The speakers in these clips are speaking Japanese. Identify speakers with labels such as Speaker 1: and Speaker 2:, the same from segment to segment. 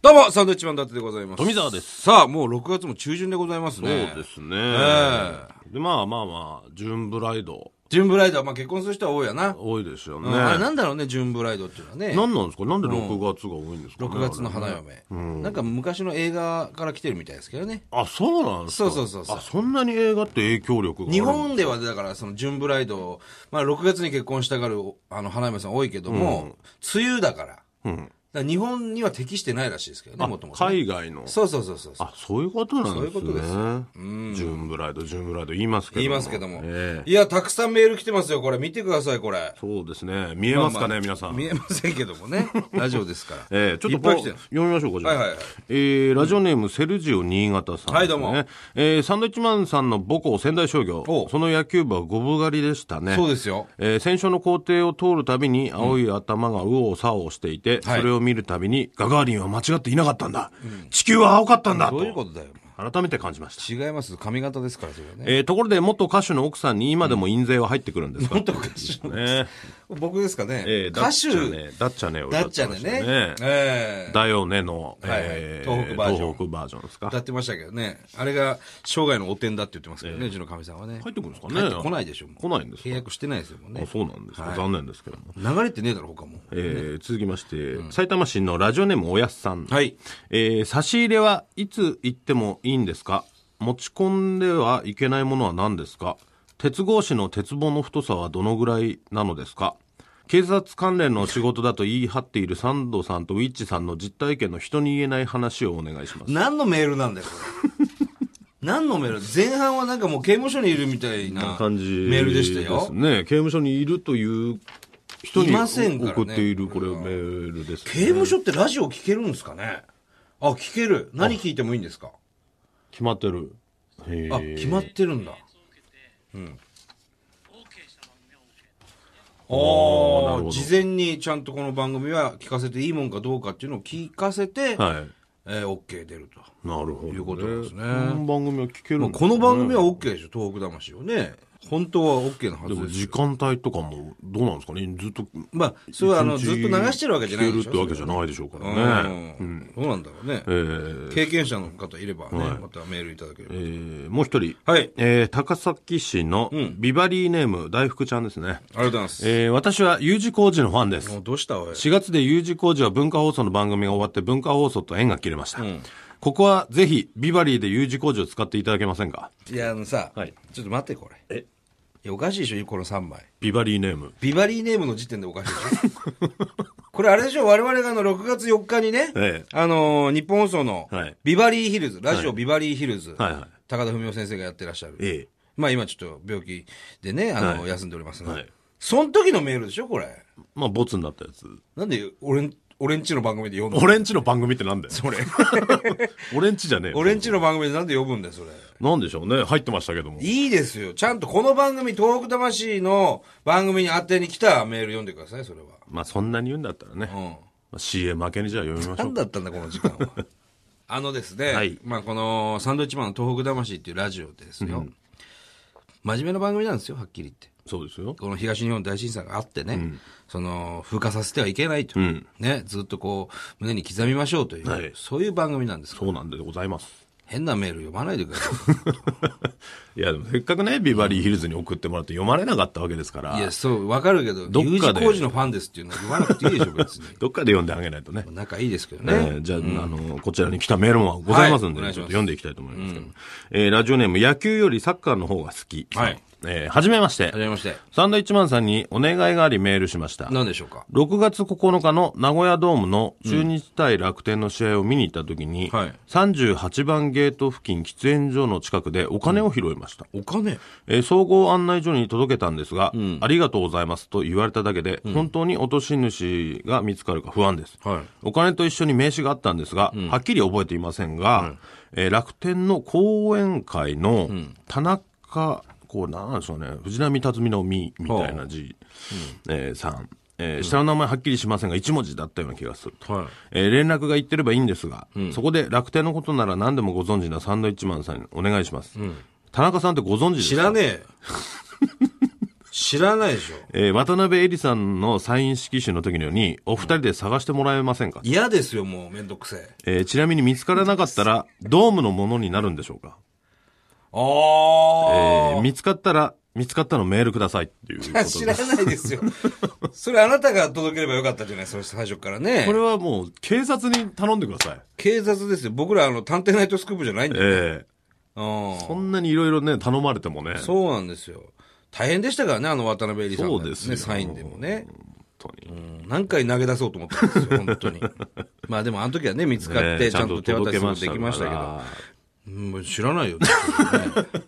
Speaker 1: どうも、サンドウィッチマン伊達でございます。
Speaker 2: 富澤です。
Speaker 1: さあ、もう6月も中旬でございます
Speaker 2: そう
Speaker 1: ね。
Speaker 2: ですね。
Speaker 1: え
Speaker 2: で、まあまあまあ、ジューンブライド、
Speaker 1: ジュンブライドは、まあ結婚する人は多いやな。
Speaker 2: 多いですよ
Speaker 1: う
Speaker 2: ね。
Speaker 1: んあれなんだろうね、ジュンブライドっていうのはね。
Speaker 2: なんなんですかなんで6月が多いんですかね、
Speaker 1: 6月の
Speaker 2: あれ
Speaker 1: 花
Speaker 2: ね
Speaker 1: 嫁。なんか昔の映画から来てるみたいですけどね。
Speaker 2: あ、そうなんですか
Speaker 1: そうそうそうそう
Speaker 2: あ、そんなに映画って影響力がある
Speaker 1: 日本ではだから、そのジュンブライド、まあ6月に結婚したがるあの花嫁さん多いけども、梅雨だから。だか
Speaker 2: うん。
Speaker 1: ら日本には適してないらしいですけどね、
Speaker 2: あ
Speaker 1: もともとね。
Speaker 2: 海外の。
Speaker 1: そうそうそうそう。
Speaker 2: あ、そういうことなんですね。
Speaker 1: そういうことです
Speaker 2: ジューンブライド、ジューンブライド言いますけども。
Speaker 1: 言いますけども。
Speaker 2: ええ
Speaker 1: いや、たくさんメール来てますよ、これ。見てください、これ。
Speaker 2: そうですね。見えますかね、
Speaker 1: ああ
Speaker 2: 皆さん。
Speaker 1: 見えませんけども ね。ラジオですから。
Speaker 2: ええちょ
Speaker 1: いっ
Speaker 2: っと
Speaker 1: ぱい
Speaker 2: こ
Speaker 1: 来
Speaker 2: う
Speaker 1: てる
Speaker 2: 読みましょうか、じゃ
Speaker 1: は
Speaker 2: あ。
Speaker 1: いはいはい
Speaker 2: えーラジオネーム、セルジオ新潟さん、
Speaker 1: はいどうも。
Speaker 2: えーサンドイッチマンさんの母校、仙台商業
Speaker 1: お。う
Speaker 2: その野球部は五分狩りでしたね。
Speaker 1: そうですよ。
Speaker 2: えー先週の工程を通るたびに青い頭が右往左往していて、
Speaker 1: はい
Speaker 2: それを見るたびにガガーリンは間違っていなかったんだ、地球は青かったんだ
Speaker 1: ど
Speaker 2: と
Speaker 1: ういうことだよ。
Speaker 2: 改めて感じました、
Speaker 1: 違います。髪型ですから、それはね。
Speaker 2: えーところで元歌手の奥さんに今でも印税は入ってくるんで すか、
Speaker 1: 本当歌手の
Speaker 2: ね
Speaker 1: 僕ですかね。
Speaker 2: えー
Speaker 1: 歌
Speaker 2: だっちゃ
Speaker 1: 手、
Speaker 2: ねだっちゃねを
Speaker 1: だ
Speaker 2: 歌
Speaker 1: っちゃ
Speaker 2: ま
Speaker 1: で
Speaker 2: した
Speaker 1: ね。ええ
Speaker 2: だよねの、
Speaker 1: はいはい
Speaker 2: え
Speaker 1: 東北バージョン
Speaker 2: 東北バージョンですか
Speaker 1: 歌ってましたけどね。あれが生涯の汚点だって言ってますけどね、うちのかみさんはね。
Speaker 2: 入ってくるんですかね
Speaker 1: 入ってこないでしょ、もう
Speaker 2: 来ないんですか
Speaker 1: 契約してないですよ、もう
Speaker 2: あ
Speaker 1: ね。
Speaker 2: そうなんですか、
Speaker 1: はい
Speaker 2: 残念ですけども
Speaker 1: 流れてねえだろ、他も。
Speaker 2: えー続きまして、埼玉市のラジオネームおやっさん、
Speaker 1: はい。
Speaker 2: えー差し入れはいつ行ってもいいんですか持ち込んではいけないものは何ですか鉄格子の鉄棒の太さはどのぐらいなのですか警察関連の仕事だと言い張っているサンドさんとウィッチさんの実体験の人に言えない話をお願いします。
Speaker 1: 何のメールなんだよ、これ。 何のメール前半はなんかもう刑務所にいるみたいな
Speaker 2: 感じ
Speaker 1: メールでした
Speaker 2: です
Speaker 1: よ。
Speaker 2: ね。刑務所にいるという人に
Speaker 1: いませんからね
Speaker 2: 送っているこれメールです、ね。
Speaker 1: 刑務所ってラジオ聞けるんですかねあ、聞ける。何聞いてもいいんですか
Speaker 2: 決まってる。へー
Speaker 1: あ、決まってるんだ。うん。
Speaker 2: ーなる
Speaker 1: あ
Speaker 2: ほど
Speaker 1: あ、事前にちゃんとこの番組は聞かせていいもんかどうかっていうのを聞かせて、
Speaker 2: はい。
Speaker 1: えー、OK 出ると。
Speaker 2: なるほど、ね。
Speaker 1: いうことなんですね
Speaker 2: この番組は聞けるんです
Speaker 1: こ
Speaker 2: ね
Speaker 1: の番組は OK でしょ、東北魂をね。本当は OK なはず
Speaker 2: でも
Speaker 1: です
Speaker 2: 時
Speaker 1: よ。
Speaker 2: 間帯とかもどうなんですかねずっと、
Speaker 1: まあ、それはあの、
Speaker 2: 一
Speaker 1: ずっ
Speaker 2: 日
Speaker 1: と流してるわけじゃないでしょ
Speaker 2: 聞けるってわけじゃないでしょうか
Speaker 1: うん
Speaker 2: らね。
Speaker 1: どうなんだろうね。
Speaker 2: えー
Speaker 1: 経験者の方いればね、
Speaker 2: はい
Speaker 1: またメールいただければ
Speaker 2: え。ーもう一人。
Speaker 1: はい
Speaker 2: えー高崎市のビバリーネーム、大福ちゃんですね。
Speaker 1: ありがとうございます。
Speaker 2: えー私は U 字工事のファンです
Speaker 1: も。うどうしたおい。
Speaker 2: 4月で U 字工事は文化放送の番組が終わって文化放送と縁が切れました。
Speaker 1: ん
Speaker 2: ここはぜひビバリーで U 字工事を使っていただけませんか
Speaker 1: いや、あのさ、
Speaker 2: はい
Speaker 1: ちょっと待って、これ。
Speaker 2: え
Speaker 1: いや、おかしいでしょ、この3枚。
Speaker 2: ビバリーネーム。
Speaker 1: ビバリーネームの時点でおかしいでしょ。 これあれでしょ、我々があの、6月4日にね、
Speaker 2: ええ
Speaker 1: あのー日本放送の
Speaker 2: はい、
Speaker 1: ビバリーヒルズ、ラジオビバリーヒルズ、
Speaker 2: はいはい
Speaker 1: 高田文夫先生がやってらっしゃる。
Speaker 2: ええ
Speaker 1: まあ今ちょっと病気でね、あの
Speaker 2: はい
Speaker 1: 休んでおりますが、
Speaker 2: はい
Speaker 1: その時のメールでしょ、これ。
Speaker 2: まあ、ボツになったやつ。
Speaker 1: なんで俺ん、俺んちの番組で読むの
Speaker 2: 俺んちの番組ってなんだよ。
Speaker 1: それ。
Speaker 2: 俺んちじゃねえ よ
Speaker 1: 俺んちの番組でなんで呼ぶんだよ、それ。
Speaker 2: なんでしょうね。入ってましたけども。
Speaker 1: いいですよ。ちゃんとこの番組、東北魂の番組に当てに来たメール読んでください、それは。
Speaker 2: まあ、そんなに言うんだったらね。
Speaker 1: うん。
Speaker 2: まあ CA 負けにじゃあ読みましょ
Speaker 1: 何
Speaker 2: う。
Speaker 1: だったんだ、この時間は。 あのですね、
Speaker 2: はい
Speaker 1: まあこのサンドウィッチマンの東北魂っていうラジオですよ。真面目な番組なんですよ、はっきり言って。
Speaker 2: そうですよ。
Speaker 1: この東日本大震災があってね、その、風化させてはいけないと、
Speaker 2: うん
Speaker 1: ね、ずっとこう、胸に刻みましょうという、
Speaker 2: はい
Speaker 1: そういう番組なんです
Speaker 2: そうなんでございます。
Speaker 1: 変なメール読まないでくださ
Speaker 2: いや、でもせっかくね、ビバリーヒルズに送ってもらって読まれなかったわけですから
Speaker 1: い。い。や、そう、わかるけど、
Speaker 2: どっ
Speaker 1: U 字
Speaker 2: かで
Speaker 1: 工事のファンですっていうのは言わなくていいでしょ、別 に。
Speaker 2: どっかで読んであげないとね。
Speaker 1: 仲いいですけど
Speaker 2: え
Speaker 1: ね。
Speaker 2: ーじゃあ、あの、こちらに来たメールもございますんで、
Speaker 1: はいお願いし
Speaker 2: ちょ
Speaker 1: ます
Speaker 2: っと読んでいきたいと思いますけど、えーラジオネーム、野球よりサッカーの方が好き。
Speaker 1: はい
Speaker 2: えーはじめまして
Speaker 1: はじ。めまして。
Speaker 2: サンドイッチマンさんにお願いがありメールしました。
Speaker 1: 何でしょうか
Speaker 2: 6月9日の名古屋ドームの中日対楽天の試合を見に行った時に、
Speaker 1: はい
Speaker 2: 38番ゲート付近喫煙所の近くでお金を拾いました。
Speaker 1: お金
Speaker 2: えー総合案内所に届けたんですが、ありがとうございますと言われただけで、本当に落とし主が見つかるか不安です。
Speaker 1: はい
Speaker 2: お金と一緒に名刺があったんですが、はっきり覚えていませんが、えー楽天の講演会の田中、こうなんでしょうね、藤波辰巳のみみたいな字、えーさん。えー下の名前はっきりしませんが、一文字だったような気がすると。
Speaker 1: はい
Speaker 2: えー連絡が言ってればいいんですが、そこで楽天のことなら何でもご存知なサンドイッチマンさんにお願いします。田中さんってご存知です
Speaker 1: 知
Speaker 2: か
Speaker 1: らねえよ。知知らないでしょ。
Speaker 2: えー渡辺恵里さんのサイン色紙の時のように、お二人で探してもらえませんか、
Speaker 1: 嫌ですよ、もう、めんどくせえ。
Speaker 2: えーちなみに見つからなかったら、ドームのものになるんでしょうか
Speaker 1: あ
Speaker 2: え
Speaker 1: ー
Speaker 2: ー見つかったら、見つかったのメールくださいっていうことで す
Speaker 1: 知らないですよ。それあなたが届ければよかったじゃない、それ最初からね。
Speaker 2: これはもう、警察に頼んでください。
Speaker 1: 警察ですよ。僕らあの、探偵ナイトスクープじゃないん
Speaker 2: え
Speaker 1: で。
Speaker 2: え
Speaker 1: うん。
Speaker 2: そんなにいろいろね、頼まれてもね。う。
Speaker 1: そうなんですよ。大変でしたからね、あの渡辺恵里さんのやつ、
Speaker 2: そうですよ
Speaker 1: サインでもね。
Speaker 2: 本当に。
Speaker 1: うん何回投げ出そうと思ったんですよ、本当 に。まあでもあの時はね、見つかっ
Speaker 2: ね
Speaker 1: て、
Speaker 2: え
Speaker 1: ちゃんと手渡しも
Speaker 2: 届
Speaker 1: できましたけ
Speaker 2: か
Speaker 1: ど。
Speaker 2: ら
Speaker 1: うんもう知らないよ、ね、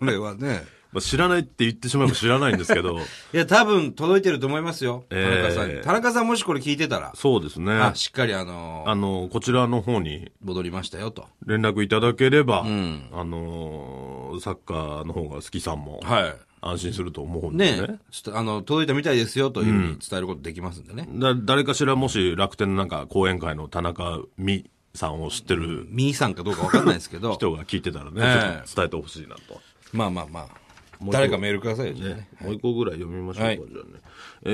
Speaker 1: 俺はね。
Speaker 2: まあ、知らないって言ってしまえば知らないんですけど、
Speaker 1: いや、多分届いてると思いますよ、
Speaker 2: え
Speaker 1: 田中
Speaker 2: ー
Speaker 1: さんに。田中さんもしこれ聞いてたら、
Speaker 2: そうですね。
Speaker 1: あ、しっかりあの
Speaker 2: あの、こちらの方に
Speaker 1: 戻りましたよと。
Speaker 2: 連絡いただければ、あのーサッカーの方が好きさんも
Speaker 1: は
Speaker 2: 安心すると思う
Speaker 1: い。
Speaker 2: んで
Speaker 1: ね
Speaker 2: ね。
Speaker 1: ちょっとあの、届いたみたいですよというふうに伝えることできますんでね。
Speaker 2: だ誰かしらもし楽天のなんか講演会の田中美さんを知ってる
Speaker 1: ミーさんかどうかわかんないですけ ど、
Speaker 2: 人が聞いてたらね、
Speaker 1: ええ
Speaker 2: ちょっと伝えてほしいなと。
Speaker 1: まあまあまあ、
Speaker 2: 個
Speaker 1: 誰かメールくださいよ、じゃあね
Speaker 2: ね、もう一個ぐらい読みましょうか、
Speaker 1: はい
Speaker 2: じゃあね。え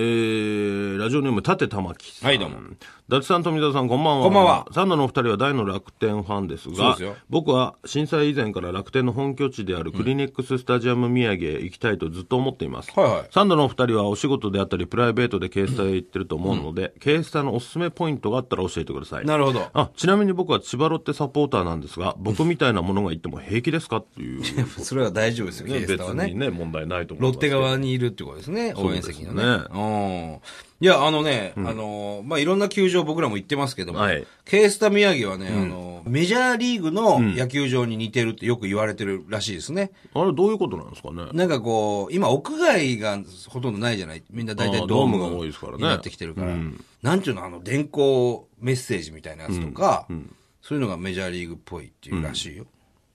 Speaker 2: ー、ラジオネーム、立玉木さん。
Speaker 1: はいどうも。
Speaker 2: 伊達さん、富田さん、こんばんは。
Speaker 1: こんばんは
Speaker 2: サンドのお二人は大の楽天ファンです
Speaker 1: そう
Speaker 2: が
Speaker 1: ですよ、
Speaker 2: 僕は震災以前から楽天の本拠地であるクリニックススタジアム宮城へ行きたいとずっと思っています。
Speaker 1: はいはい
Speaker 2: サンドのお二人はお仕事であったり、プライベートでケースタへ行ってると思うので、ケースタのおすすめポイントがあったら教えてください。
Speaker 1: なるほど。
Speaker 2: あちなみに僕は千葉ロッテサポーターなんですが、僕みたいなものが言っても平気ですかっていう、
Speaker 1: それは大丈夫ですよ、ケース
Speaker 2: 別
Speaker 1: タはね
Speaker 2: に。ね、問題ないと思い
Speaker 1: ロ
Speaker 2: ま
Speaker 1: ッ
Speaker 2: すけ
Speaker 1: テ
Speaker 2: ど。
Speaker 1: 側にいるってことですね、応援席のね。
Speaker 2: そうです
Speaker 1: うん。いや、あのね、あの、まあ、いろんな球場僕らも行ってますけども、
Speaker 2: はい
Speaker 1: ケースタ宮城はね、あの、メジャーリーグの野球場に似てるってよく言われてるらしいですね。
Speaker 2: あれどういうことなんですかね。
Speaker 1: なんかこう、今屋外がほとんどないじゃないみんな大
Speaker 2: あ
Speaker 1: 体
Speaker 2: ー
Speaker 1: ドーム
Speaker 2: ドームが多いですからね
Speaker 1: になってきてるから、なんていうの、あの、電光メッセージみたいなやつとか、そういうのがメジャーリーグっぽいっていうらしいよ。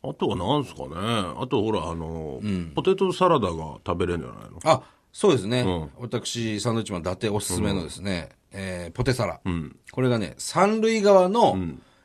Speaker 2: あとはなんですかね。あとほら、あの、ポテトサラダが食べれるんじゃないの
Speaker 1: あ、そうですね。私、サンドウィッチマン伊達おすすめのですね、えーポテサラ、これがね、三塁側の、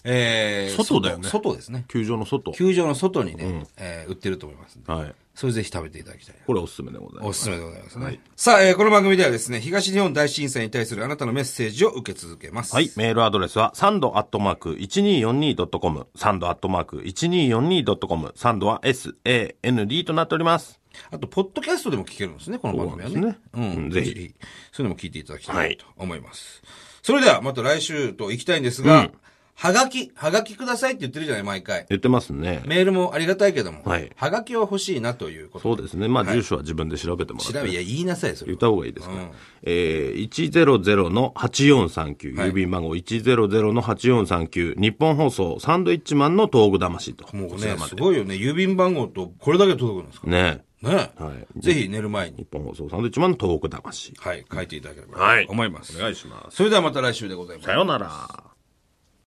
Speaker 1: えー
Speaker 2: 外だよね
Speaker 1: 外。外ですね。
Speaker 2: 球場の外。
Speaker 1: 球場の外にね、えー売ってると思いますんで
Speaker 2: はい。
Speaker 1: それぜひ食べていただきたいな。
Speaker 2: これおすすめでござい
Speaker 1: お
Speaker 2: ますす。
Speaker 1: すめでございますね。さあ、えーこの番組ではですね、東日本大震災に対するあなたのメッセージを受け続けます。
Speaker 2: はい。。メールアドレスは、サンドアットマーク 1242.com。サンドアットマーク 1242.com。サンドは SAND となっております。
Speaker 1: あと、ポッドキャストでも聞けるんですね、この番組はね。
Speaker 2: そうなんです
Speaker 1: う
Speaker 2: ねうん
Speaker 1: ん、
Speaker 2: ぜ
Speaker 1: ぜ
Speaker 2: ひ
Speaker 1: ひ。そういうのも聞いていただきたいと思います。それでは、また来週と行きたいんですが、はがき、はがきくださいって言ってるじゃない、毎回。
Speaker 2: 言ってますね。
Speaker 1: メールもありがたいけども、
Speaker 2: はい
Speaker 1: はがきは欲しいなということ。
Speaker 2: そうですね。まあ、住所は自分で調べてもらっ
Speaker 1: 調
Speaker 2: て。
Speaker 1: べ、いや、言いなさい、それ
Speaker 2: 言っ
Speaker 1: は。
Speaker 2: た方がいいですか、ねえー、100の8439、郵便番号100の8439、日本放送、サンドイッチマンの東具魂と。
Speaker 1: もう
Speaker 2: こちら
Speaker 1: ね
Speaker 2: ま、
Speaker 1: す
Speaker 2: で
Speaker 1: ごいよね。郵便番号とこれだけ届くんですか
Speaker 2: ね
Speaker 1: ね。
Speaker 2: はい
Speaker 1: ぜひ寝る前に、
Speaker 2: 日本放送サンドイッチマンの東北魂。
Speaker 1: はい、書いていただければ
Speaker 2: はい
Speaker 1: と思います。
Speaker 2: お願いします。
Speaker 1: それではまた来週でございます
Speaker 2: さ。ようなら。